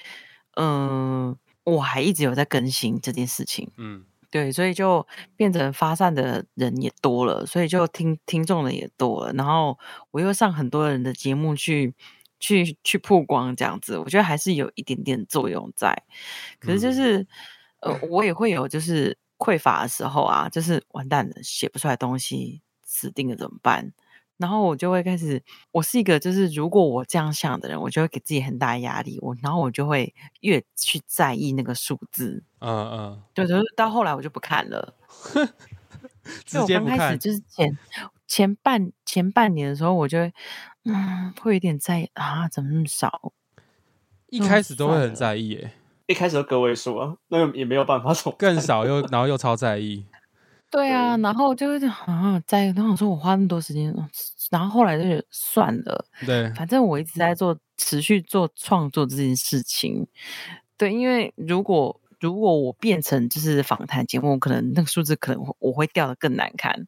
Speaker 2: 嗯、我还一直有在更新这件事情，
Speaker 1: 嗯，
Speaker 2: 对，所以就变成发散的人也多了，所以就听听众的也多了，然后我又上很多人的节目去去去曝光这样子，我觉得还是有一点点作用在。可是就
Speaker 1: 嗯
Speaker 2: 是、呃，我也会有就是匮乏的时候啊，就是完蛋了，写不出来东西，死定了怎么办？然后我就会开始，我是一个就是如果我这样想的人，我就会给自己很大的压力，我然后我就会越去在意那个数字，
Speaker 1: 嗯嗯，
Speaker 2: 对，就是到后来我就不看了。就
Speaker 1: 直
Speaker 2: 我
Speaker 1: 接
Speaker 2: 刚
Speaker 1: 不
Speaker 2: 开始
Speaker 1: 看，
Speaker 2: 就是前前半前半年的时候，我就会嗯，会有点在意啊，怎么那么少？
Speaker 1: 一
Speaker 2: 嗯
Speaker 1: 开始都会
Speaker 2: 算
Speaker 1: 很
Speaker 2: 了
Speaker 1: 在意，耶，
Speaker 3: 一开始都个位数啊，那个也没有办法从
Speaker 1: 更少又然后又超在意，
Speaker 2: 对啊，
Speaker 3: 对
Speaker 2: 然后就会这样啊，在然后我说我花那么多时间，嗯然后后来就是算了，
Speaker 1: 对，
Speaker 2: 反正我一直在做持续做创作这件事情。对，因为如果如果我变成就是访谈节目，可能那个数字可能我会掉的更难看。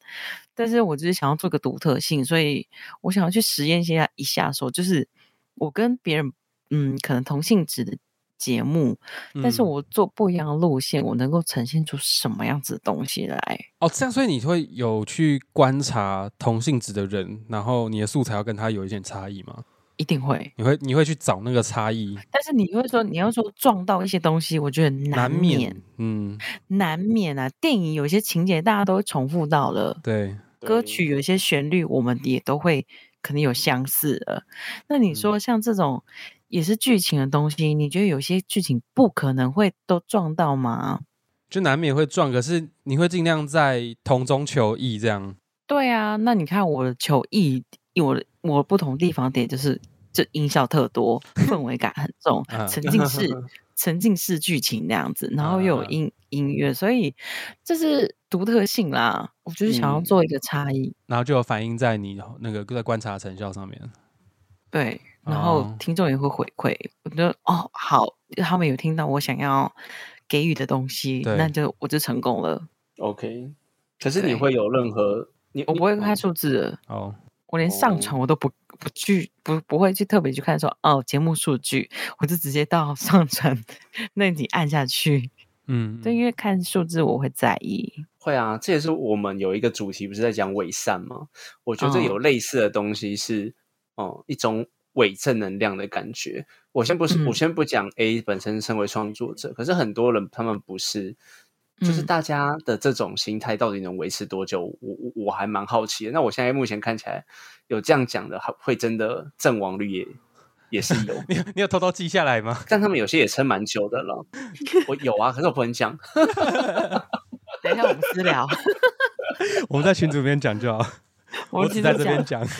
Speaker 2: 但是我就是想要做个独特性，所以我想要去实验一下一下说就是我跟别人嗯，可能同性质的节目，但是
Speaker 1: 嗯
Speaker 2: 我做不一样的路线，我能够呈现出什么样子的东西来？
Speaker 1: 哦，这样，所以你会有去观察同性质的人，然后你的素材要跟他有一点差异吗？
Speaker 2: 一定会，
Speaker 1: 你会你会去找那个差异，
Speaker 2: 但是你会说，你要说撞到一些东西，我觉得难
Speaker 1: 难
Speaker 2: 免，
Speaker 1: 嗯，
Speaker 2: 难免啊。电影有一些情节大家都会重复到了，
Speaker 1: 对，
Speaker 2: 歌
Speaker 3: 对
Speaker 2: 曲有一些旋律，我们也都会可能有相似的。那你说像这种也是剧情的东西，你觉得有些剧情不可能会都撞到吗？
Speaker 1: 就难免会撞，可是你会尽量在同中求异，这样，
Speaker 2: 对啊，那你看我的球艺，我的我不同地方点就是，这音效特多，氛围感很重
Speaker 1: 啊，
Speaker 2: 沉浸式沉浸式剧情那样子，然后又有
Speaker 1: 啊
Speaker 2: 音音乐，所以这是独特性啦。我就是想要
Speaker 3: 嗯
Speaker 2: 做一个差异，
Speaker 1: 然后就有反映在你那个在观察成效上面。
Speaker 2: 对，然后
Speaker 1: 哦
Speaker 2: 听众也会回馈，我觉得哦好，他们有听到我想要给予的东西，那
Speaker 1: 对
Speaker 2: 就我就成功了，
Speaker 3: OK，可是你
Speaker 2: 对
Speaker 3: 会有任何你
Speaker 2: 我
Speaker 3: 你
Speaker 2: 不会
Speaker 3: 哦
Speaker 2: 看数字了
Speaker 1: 哦，
Speaker 2: 我连上
Speaker 3: 哦
Speaker 2: 传我都不不去不不会去特别去看说哦节目数据，我就直接到 上传那里按下去。
Speaker 1: 嗯， ，
Speaker 2: 对，因为看数字我会在意。
Speaker 3: 会啊，这也是我们有一个主题，不是在讲伪善吗？我觉得
Speaker 2: 嗯
Speaker 3: 有类似的东西是，哦、一种伪正能量的感觉。我先不是，我
Speaker 2: 嗯
Speaker 3: 先不讲 A 本身身为创作者，可是很多人他们不是，就是
Speaker 2: 嗯
Speaker 3: 大家的这种心态到底能维持多久？我我我还蛮好奇的。那我现在目前看起来有这样讲的，还会真的阵亡率也也是 有
Speaker 1: 你有你有偷偷记下来吗？
Speaker 3: 但他们有些也撑蛮久的了。我有啊，可是我不能讲。
Speaker 2: 等一下我们私聊，
Speaker 1: 我们在群组里面讲就好，我
Speaker 2: 们
Speaker 1: 只
Speaker 2: 群
Speaker 1: 在
Speaker 2: 主
Speaker 1: 这边
Speaker 2: 讲，
Speaker 1: 讲。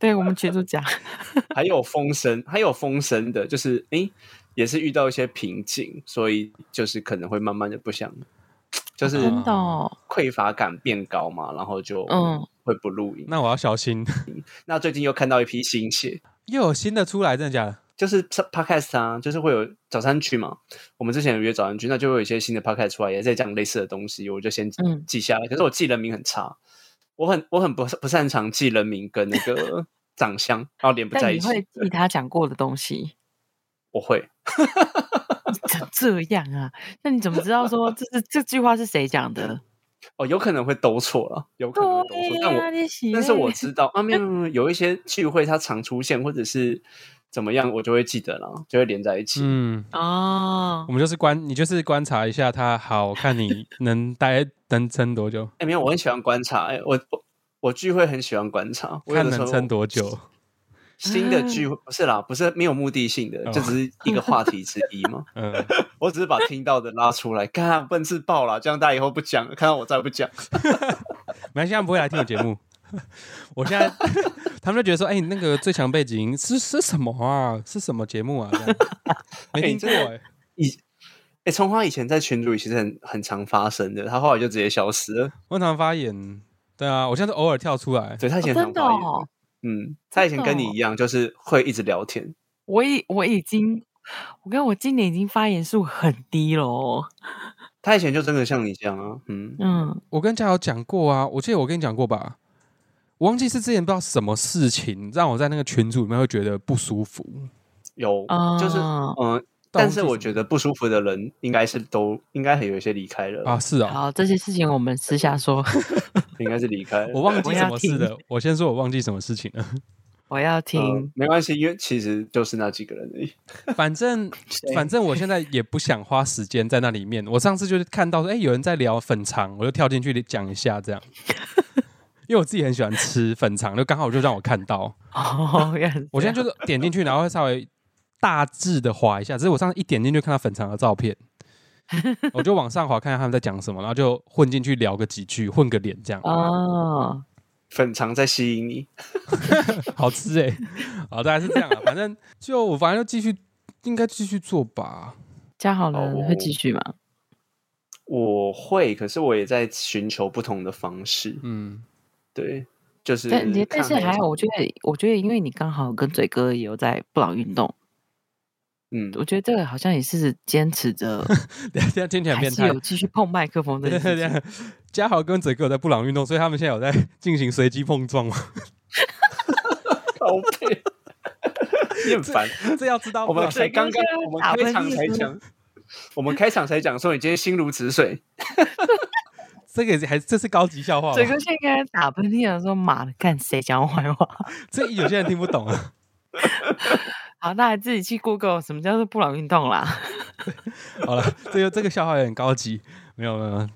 Speaker 2: 对我们群主讲，
Speaker 3: 还有风声，还有风声的，就是诶、也是遇到一些瓶颈，所以就是可能会慢慢的不想，就是
Speaker 1: 嗯
Speaker 2: 真的、哦，
Speaker 3: 匮乏感变高嘛，然后就
Speaker 2: 嗯
Speaker 3: 会不录音。
Speaker 1: 那我要小心，
Speaker 3: 那最近又看到一批新血，
Speaker 1: 又有新的出来，真的假的？
Speaker 3: 就是 podcast 啊，就是会有早餐区嘛，我们之前有约早餐区，那就会有一些新的 podcast 出来，也在讲类似的东西，我就先
Speaker 2: 嗯
Speaker 3: 记下来。可是我记人名很差，我很我很不不擅长记人名跟那个长相，然后连不在
Speaker 2: 但
Speaker 3: 一
Speaker 2: 你
Speaker 3: 起。
Speaker 2: 会记他讲过的东西，
Speaker 3: 我会，
Speaker 2: 怎这样啊？那你怎么知道说这是这句话是谁讲的？
Speaker 3: 哦，有可能会兜错了，有 可能会兜错，但我
Speaker 2: 呀、啊你喜
Speaker 3: 但是我
Speaker 2: 嘞
Speaker 3: 知道啊，没有没有没有，有一些聚会它常出现，或者是怎么样，我就会记得了，就会连在一起。
Speaker 1: 嗯，
Speaker 2: 哦
Speaker 1: 我，们就是观，你就是观察一下他，好，我看你能待能撑多久，
Speaker 3: 哎、没有，我很喜欢观察，哎、我我我聚会很喜欢观察，我有
Speaker 1: 看
Speaker 3: 的时
Speaker 1: 能
Speaker 3: 候
Speaker 1: 撑
Speaker 2: 啊
Speaker 1: 多久。
Speaker 3: 新的聚会不是啦，不是没有目的性的，
Speaker 1: 哦
Speaker 3: 就只是一个话题之一 嘛。
Speaker 1: 嗯，
Speaker 3: 我只是把听到的拉出来，看笨自爆啦，这样大家以后不讲，看到我再不讲。
Speaker 1: 没关系，他们不会来听我节 目。我现在他们就觉得说，哎、你那个最强背景是是什么啊？是什么节目啊？这 样没听过哎、
Speaker 3: 以哎，葱、花以前在群组里其实很很常发生的，他后来就直接消失了。
Speaker 1: 我很常发言，对啊，我现在都偶尔跳出来，
Speaker 3: 对他以前
Speaker 2: 哦
Speaker 3: 很
Speaker 2: 真
Speaker 3: 常
Speaker 2: 的
Speaker 3: 发言，
Speaker 2: 哦，
Speaker 3: 嗯，他以前跟
Speaker 2: 真的
Speaker 3: 你
Speaker 2: 哦
Speaker 3: 一样，就是会一直聊天。
Speaker 2: 我已我已经，我跟我今年已经发言数很低了哦。
Speaker 3: 他以前就真的像你这样啊，嗯，
Speaker 2: 嗯，
Speaker 1: 我跟嘉豪讲过啊，我记得我跟你讲过吧，我忘记是之前不知道什么事情让我在那个群组里面会觉得不舒服。
Speaker 3: 有，
Speaker 2: 啊
Speaker 3: 就是嗯、呃
Speaker 1: 但我
Speaker 3: 但是
Speaker 1: 记
Speaker 3: 我
Speaker 1: 什
Speaker 3: 觉
Speaker 1: 么
Speaker 3: 得不舒服的人应该是都应该很有一些离开了，
Speaker 1: 啊，
Speaker 2: 哦
Speaker 1: 是啊，
Speaker 2: 好，这些事情我们私下说。
Speaker 3: 应该是离开了。呃
Speaker 1: 我忘
Speaker 2: 我
Speaker 1: 记
Speaker 2: 要
Speaker 1: 什么事了。我先说我忘记什么事情了，
Speaker 2: 我要
Speaker 3: 呃
Speaker 2: 听，
Speaker 3: 没关系，因为其实就是那几个人而已。
Speaker 1: 反 正反正我现在也不想花时间在那里面。我上次就是看到说，哎、有人在聊粉肠，我就跳进去讲一下这样。因为我自己很喜欢吃粉肠，就刚好就让我看到，
Speaker 2: 哦，原来是
Speaker 1: 我
Speaker 2: 这
Speaker 1: 现
Speaker 2: 样
Speaker 1: 在就是点进去，然后会稍微大致的划一下。只是我上次一点进去就看到粉肠的照 片，我就往上滑看看他们在讲什么，然后就混进去聊个几句，混个脸这样，
Speaker 2: 哦，
Speaker 3: 粉肠在吸引你，
Speaker 1: 好吃哎、好，大概是这样啊。反正就我反正就继续，应该继续做吧。
Speaker 2: 加好了
Speaker 3: 哦
Speaker 2: 会继续吗？
Speaker 3: 我会，可是我也在寻求不同的方式。
Speaker 1: 嗯，
Speaker 3: 对，就是
Speaker 2: 但你但
Speaker 3: 看
Speaker 2: 是
Speaker 3: 有
Speaker 2: 还
Speaker 3: 什
Speaker 2: 好，
Speaker 3: 么
Speaker 2: 我觉得我觉得因为你刚好跟嘴哥也有在布朗运动，
Speaker 3: 嗯，
Speaker 2: 我觉得这个好像也是坚持着，
Speaker 1: 等一下听起来很
Speaker 2: 还
Speaker 1: 变
Speaker 2: 是
Speaker 1: 态。
Speaker 2: 有继续碰麦克风的
Speaker 1: 等一
Speaker 2: 意
Speaker 1: 下等一
Speaker 2: 思。
Speaker 1: 下 嘉豪跟嘴哥有在布朗运动，所以他们现在有在进行随机碰 撞吗？
Speaker 3: 好配， 你很烦。
Speaker 1: 这要
Speaker 2: 哦
Speaker 1: 知道
Speaker 3: 我
Speaker 1: 布
Speaker 3: 们
Speaker 1: 朗
Speaker 3: 才刚刚
Speaker 2: 现在，
Speaker 3: 我们
Speaker 2: 打
Speaker 3: 开
Speaker 2: 喷
Speaker 3: 场
Speaker 2: 嚏
Speaker 3: 才
Speaker 2: 是吗
Speaker 3: 讲，我们开场才讲说你今天心如止水，
Speaker 1: 这个还这是高级笑话
Speaker 2: 嘴
Speaker 1: 吗
Speaker 2: 哥？现在应该打喷嚏了，说妈的，干谁讲我坏话？
Speaker 1: 这有些人听不懂啊。
Speaker 2: 好，大家自己去 Google 什么叫做布朗运动啦。
Speaker 1: 好了，这个这个笑话有点高级，没有没有，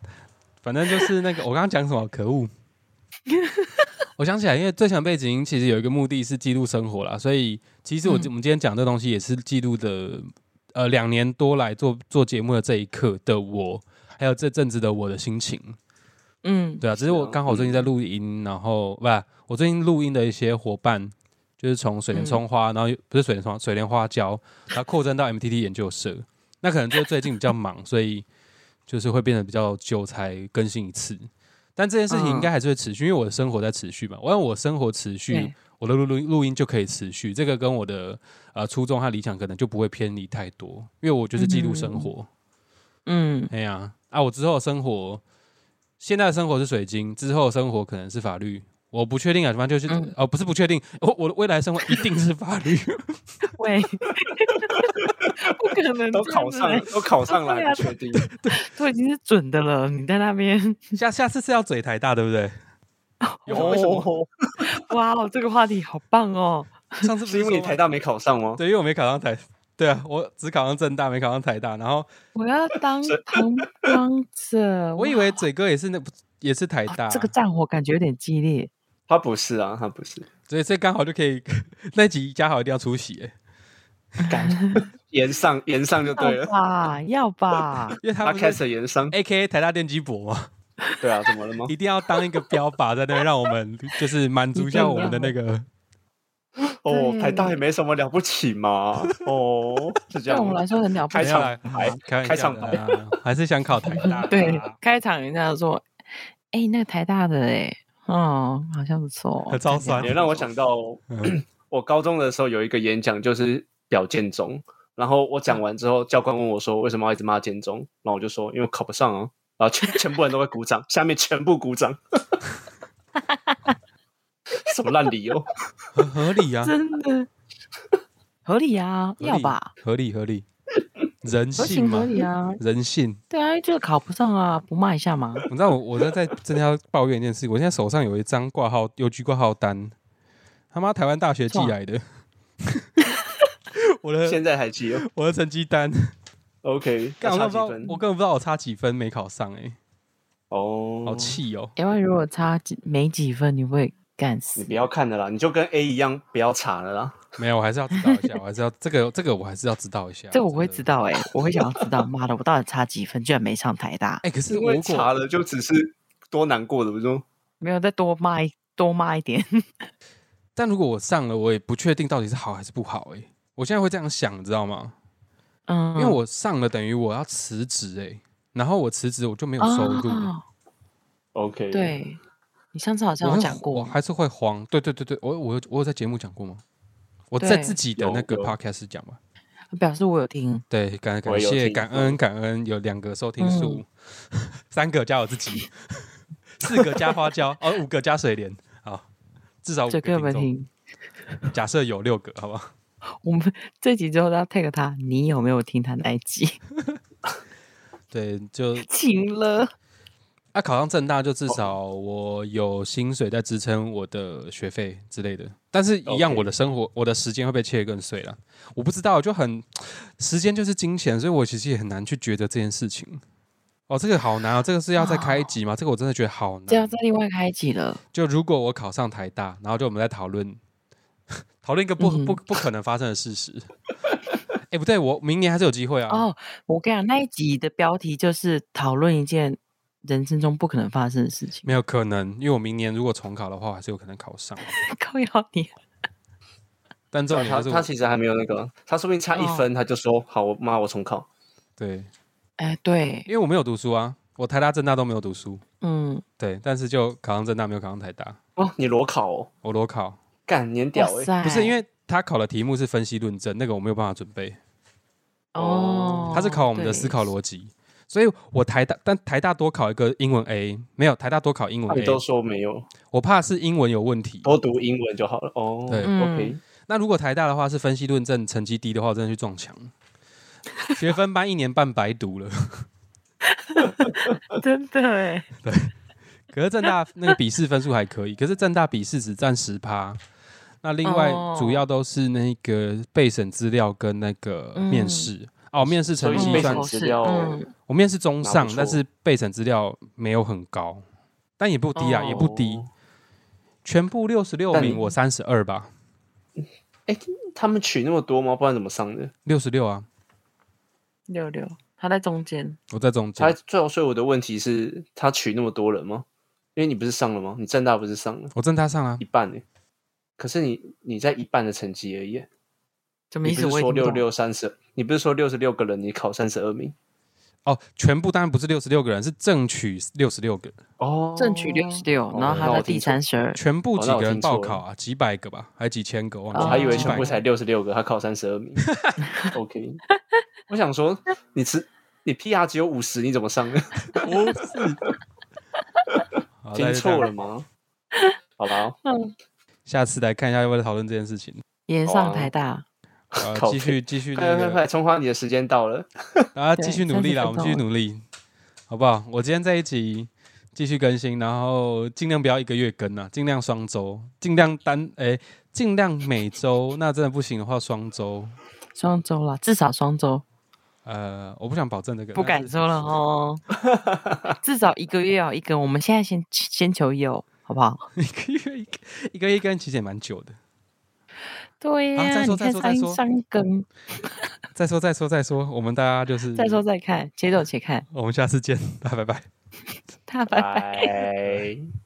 Speaker 1: 反正就是那个我刚刚讲什么，可恶！我想起来，因为最强背景其实有一个目的是记录生活啦，所以其实我、
Speaker 2: 嗯
Speaker 1: 我们今天讲这东西也是记录的，呃，两年多来做做节目的这一刻的我，还有这阵子的我的心情。
Speaker 2: 嗯，
Speaker 1: 对啊，只是
Speaker 3: 是
Speaker 1: 我
Speaker 3: 啊
Speaker 1: 刚好最近在录音，然后不、我最近录音的一些伙伴，就是从水
Speaker 2: 嗯
Speaker 1: 莲葱花，然后又不是水莲葱花，水莲花椒，然后扩增到 MTT 研究社。那可能就是最近比较忙，所以就是会变得比较久才更新一次。但这件事情应该还是会持续，因为我的生活在持续嘛。我让我生活持续
Speaker 2: 嗯对，
Speaker 1: 我的录录录音就可以持续。这个跟我的呃初衷和理想可能就不会偏离太多，因为我就是记录生活。
Speaker 2: 嗯，
Speaker 1: 哎呀，啊，我之后的生活，现在的生活是水晶，之后的生活可能是法律，我不确定啊，反正就是、
Speaker 2: 嗯
Speaker 1: 哦，不是不确定，我我的未来生活一定是法 律，
Speaker 2: 喂， 不可能
Speaker 3: 都
Speaker 2: 这
Speaker 3: 考
Speaker 2: 样子
Speaker 3: 上了
Speaker 2: 的，
Speaker 3: 都考上了，
Speaker 2: 嗯对
Speaker 3: 还
Speaker 2: 啊
Speaker 3: 不 确定。
Speaker 2: 都已经是准的了，你在那边，
Speaker 1: 下下次是要嘴台大，对不对？
Speaker 3: 有为什么？
Speaker 2: 哦 哇哦，这个话题好棒哦。
Speaker 1: 上次不
Speaker 3: 是因为你
Speaker 1: 说
Speaker 3: 台
Speaker 1: 吗，
Speaker 3: 大没考上吗？
Speaker 1: 对，因为我没考上台，对啊，我只考上正大，没考上台大，然后
Speaker 2: 我要当
Speaker 3: 是
Speaker 2: 旁观 者，
Speaker 1: 我以
Speaker 2: 哇
Speaker 1: 为嘴哥也是那也是台
Speaker 2: 啊
Speaker 1: 大，
Speaker 2: 这个战火感觉有点激烈。
Speaker 3: 他不是啊，他不是，
Speaker 1: 所以这刚好就可以 那集嘉豪一定要出席、欸，
Speaker 3: 敢延上延上就对
Speaker 2: 要
Speaker 3: 了。
Speaker 2: 吧，要吧，
Speaker 1: 因为他
Speaker 3: 他
Speaker 1: 不
Speaker 3: 开
Speaker 1: 是
Speaker 3: 始延上，
Speaker 1: A K A 台大电机博嘛。
Speaker 3: 对啊，怎么了吗？
Speaker 1: 一定要当一个标靶在那边，让我们就是满足一下我们的那个。
Speaker 3: 哦，台大
Speaker 2: 对
Speaker 3: 也没什么了不起嘛。哦，是 这
Speaker 2: 对
Speaker 3: 样
Speaker 2: 我们
Speaker 3: 吗。
Speaker 2: 来说很了不
Speaker 3: 开
Speaker 1: 没
Speaker 2: 起
Speaker 1: 有
Speaker 3: 场
Speaker 1: 啦嗯
Speaker 3: 白
Speaker 1: 开玩
Speaker 3: 开
Speaker 1: 笑
Speaker 3: 场
Speaker 1: 的啦，还是想考台大啊啦。
Speaker 2: 嗯对，开场人家说，哎、那个台大的哎、哦，好像不错
Speaker 1: 很，超酸
Speaker 2: 这
Speaker 3: 也
Speaker 2: 样
Speaker 3: 让我想到，
Speaker 1: 嗯
Speaker 3: 我高中的时候有一个演讲，就是表建中。然后我讲完之后，教官问我说：“为什么要一直骂建中？”然后我就说：“因为考不上啊。”然后全 全部人都会鼓掌，下面全部鼓掌。 什么烂理由？
Speaker 1: 很合理啊，
Speaker 2: 真的合理啊，
Speaker 1: 合
Speaker 2: 要
Speaker 1: 理
Speaker 2: 吧，，
Speaker 1: 合理合理，人
Speaker 2: 合
Speaker 1: 性
Speaker 2: 情
Speaker 1: 嘛
Speaker 2: 合，理啊，
Speaker 1: 人性。
Speaker 2: 对啊，就是考不上啊，不骂一下吗？
Speaker 1: 你知道我我在在真的要抱怨一件事，我现在手上有一张挂号邮局挂号单，他妈台湾大学寄来的， 我的
Speaker 3: 现在还记得
Speaker 1: 我的成绩单，
Speaker 3: ？OK，
Speaker 1: 干我
Speaker 3: 那
Speaker 1: 根本不知道我
Speaker 3: 差几分，
Speaker 1: 根本不知道我差几分没考上，哎，
Speaker 3: 哦，
Speaker 1: 好气哦。
Speaker 2: 因为如果差几没几分，你会干
Speaker 3: 你
Speaker 2: 死。
Speaker 3: 不要看了啦，你就跟 A 一样，不要查了啦。
Speaker 1: 没有，我还是要知道一下，我还是要这个这个我还是要知道一下。
Speaker 2: 这我会知
Speaker 1: 道。
Speaker 2: 道哎、我会想要知道，妈的，我到底差几分，居然没上台大，
Speaker 1: 哎、可是
Speaker 3: 因
Speaker 1: 我
Speaker 3: 为
Speaker 1: 如
Speaker 3: 查
Speaker 1: 果
Speaker 3: 了就只是多难过的，不是吗？
Speaker 2: 没有再多骂一多骂一点。
Speaker 1: 但如果我上了，我也不确定到底是好还是不好、哎，我现在会这样想，你知道吗？
Speaker 2: 嗯，
Speaker 1: 因为我上了等于我要辞职，哎，然后我辞职我就没有收入，
Speaker 2: 哦
Speaker 3: OK，，
Speaker 2: 对，你上次好像
Speaker 1: 我
Speaker 2: 有
Speaker 1: 会
Speaker 2: 讲
Speaker 1: 我
Speaker 2: 过，
Speaker 1: 还是会慌。对对对对，我我有我有在节目讲过吗？我
Speaker 2: 对
Speaker 1: 在自己的那个
Speaker 3: 有有
Speaker 1: podcast 讲吧。
Speaker 2: 表示我有听。
Speaker 1: 对，感感
Speaker 3: 我有
Speaker 1: 谢
Speaker 3: 听
Speaker 1: 感恩感恩，有两个收听数，
Speaker 2: 嗯
Speaker 1: 三个加我自己， 四个加花椒，哦，五个加水莲，好，至少五个
Speaker 2: 这个有没
Speaker 1: 听
Speaker 2: 有
Speaker 1: 众。
Speaker 2: 听？
Speaker 1: 假设有六个，好不好？
Speaker 2: 我们这集之后要 tag 他，你有没有听他那一集？
Speaker 1: 对，就
Speaker 2: 请了，
Speaker 1: 啊，考上正大就
Speaker 3: 哦
Speaker 1: 至少我有薪水在支撑我的学费之类的，但是一样
Speaker 3: OK
Speaker 1: 我的生活、我的时间会被切更碎了。我不知道，就很时间就是金钱，所以我其实也很难去觉得这件事情。哦，这个好难啊！这个是要再开一集吗？这个我真的觉得好
Speaker 2: 这要
Speaker 1: 难。
Speaker 2: 再另外开一集了。
Speaker 1: 就如果我考上台大，然后就我们在讨论讨论一个不、
Speaker 2: 嗯
Speaker 1: 不不可能发生的事实。 哎、不对，我明年还是有机会啊。
Speaker 2: 哦，我跟你讲，那一集的标题就是讨论一件人生中不可能发生的事情。
Speaker 1: 没有可能，因为我明年如果重考的话，我还是有可能考上。
Speaker 2: 靠要你，
Speaker 1: 但重
Speaker 3: 对
Speaker 1: 点
Speaker 3: 他
Speaker 1: 就是
Speaker 3: 他
Speaker 1: 我
Speaker 3: 其实还没有那个，他说不定差一分他就说好，我妈我重考。
Speaker 1: 对，
Speaker 2: 哎，对
Speaker 1: 因为我没有读书啊，我台大、政大都没有读书，
Speaker 2: 嗯，
Speaker 1: 对，但是就考上政大，没有考上台大。
Speaker 3: 哦，你裸考哦，
Speaker 1: 我裸考，
Speaker 3: 干年屌
Speaker 2: 哇
Speaker 3: 哎、
Speaker 2: 塞
Speaker 1: 欸不是因为他考的题目是分析论证，那个我没有办法准备，
Speaker 2: 哦，
Speaker 1: 他是考我们的思考
Speaker 2: 对
Speaker 1: 逻辑，所以我台大，但台大多考一个英文 A，没有台大多考英
Speaker 3: 那
Speaker 1: 文
Speaker 3: 你
Speaker 1: A，
Speaker 3: 都说没有，
Speaker 1: 我怕是英文有问题。
Speaker 3: 多读英文就好了。哦，
Speaker 1: 对
Speaker 2: 嗯
Speaker 3: ，OK，
Speaker 1: 那如果台大的话是分析论证，成绩低的话，我真的去撞墙，学分班一年半白读了。
Speaker 2: 真的哎，
Speaker 1: 可是正 大那个笔试分数还可以，可是正大笔试只占十趴，那另外
Speaker 2: 哦
Speaker 1: 主要都是那个备审资料跟那个
Speaker 2: 嗯
Speaker 1: 面试、哦，面试成
Speaker 3: 所以
Speaker 1: 绩
Speaker 3: 备
Speaker 1: 算
Speaker 3: 审
Speaker 2: 嗯
Speaker 3: 资料
Speaker 2: 嗯
Speaker 1: 我面试中
Speaker 3: 拿
Speaker 1: 上
Speaker 3: 不，错
Speaker 1: 但是备审资料没有很高，但也不低啊，
Speaker 2: 哦
Speaker 1: 也不低，全部六十六
Speaker 3: 但
Speaker 1: 名，
Speaker 3: 你
Speaker 1: 我三十二吧，
Speaker 3: 他们取那么多吗？不然怎么上的？
Speaker 1: 六十六啊，
Speaker 2: 六六，他在中间，
Speaker 1: 我在中
Speaker 3: 他
Speaker 1: 间，
Speaker 3: 最后，所以我的问题是，他取那么多人吗？因为你不是上了吗？你正大不是上了
Speaker 1: 我正搭上啊
Speaker 3: 一，半呢、欸可是你你在一半的成绩而已欸，
Speaker 2: 什么
Speaker 3: 你
Speaker 2: 意
Speaker 3: 不
Speaker 2: 思？
Speaker 3: 是
Speaker 2: 我也听
Speaker 3: 说
Speaker 2: 不
Speaker 3: 六
Speaker 2: 懂
Speaker 3: 六三十，你不是说六十六个人你考三十二名？
Speaker 1: 哦，全部当然不是六十六个人，是正取六十六个人，
Speaker 3: 哦，
Speaker 2: 正取六十六，然后
Speaker 1: 哦
Speaker 3: 那
Speaker 2: 他
Speaker 3: 我
Speaker 2: 在
Speaker 3: 听
Speaker 2: 第
Speaker 3: 错
Speaker 2: 三十二，
Speaker 1: 全部
Speaker 3: 哦
Speaker 1: 几
Speaker 3: 那我
Speaker 1: 个人
Speaker 3: 听错
Speaker 1: 报
Speaker 3: 了
Speaker 1: 考啊，几百个吧，还几千个，忘记
Speaker 3: 我
Speaker 1: 了，
Speaker 3: 还以为
Speaker 1: 几
Speaker 3: 全
Speaker 1: 百
Speaker 3: 部
Speaker 1: 个
Speaker 3: 才六十六个，他考三十二 名。OK，我想说，你只你 PR 只有五十，你怎么上的？
Speaker 1: 不是，好
Speaker 3: 听错了。吗？好啦，
Speaker 1: 下次来看一下要不要讨论这件事情。
Speaker 2: 也
Speaker 3: 好
Speaker 2: 上
Speaker 1: 哦
Speaker 3: 啊
Speaker 2: 台大，
Speaker 1: 呃，
Speaker 3: 靠
Speaker 1: 继续继续
Speaker 3: 快
Speaker 1: 那
Speaker 3: 快
Speaker 1: 个，
Speaker 3: 快，葱花，你的时间到了。
Speaker 1: 啊，
Speaker 2: 对
Speaker 1: 继续努力啦，
Speaker 2: 30
Speaker 1: 我们继续
Speaker 2: 分钟
Speaker 1: 努力，好不好？我今天这一集继续更新，然后尽量不要一个月更啊，尽量双周，尽量单哎，尽量每周。那真的不行的话，双周。
Speaker 2: 双周啦，至少双周，
Speaker 1: 呃，我不想保证这个，
Speaker 2: 不
Speaker 1: 但
Speaker 2: 敢
Speaker 1: 是
Speaker 2: 说了 哦，至少一个月要一根，我们现在先先求有，好不好？
Speaker 1: 一个月一个一个月一根，其实也蛮久的。
Speaker 2: 对
Speaker 1: 好
Speaker 2: 呀、
Speaker 1: 再说
Speaker 2: 你
Speaker 1: 再
Speaker 2: 看
Speaker 1: 说再说
Speaker 2: 上上根，
Speaker 1: 再说再说再说，我们大家就是
Speaker 2: 再说，再看，且走且看，
Speaker 1: 我们下次见，大家拜拜。
Speaker 2: 大家拜拜。
Speaker 3: 拜。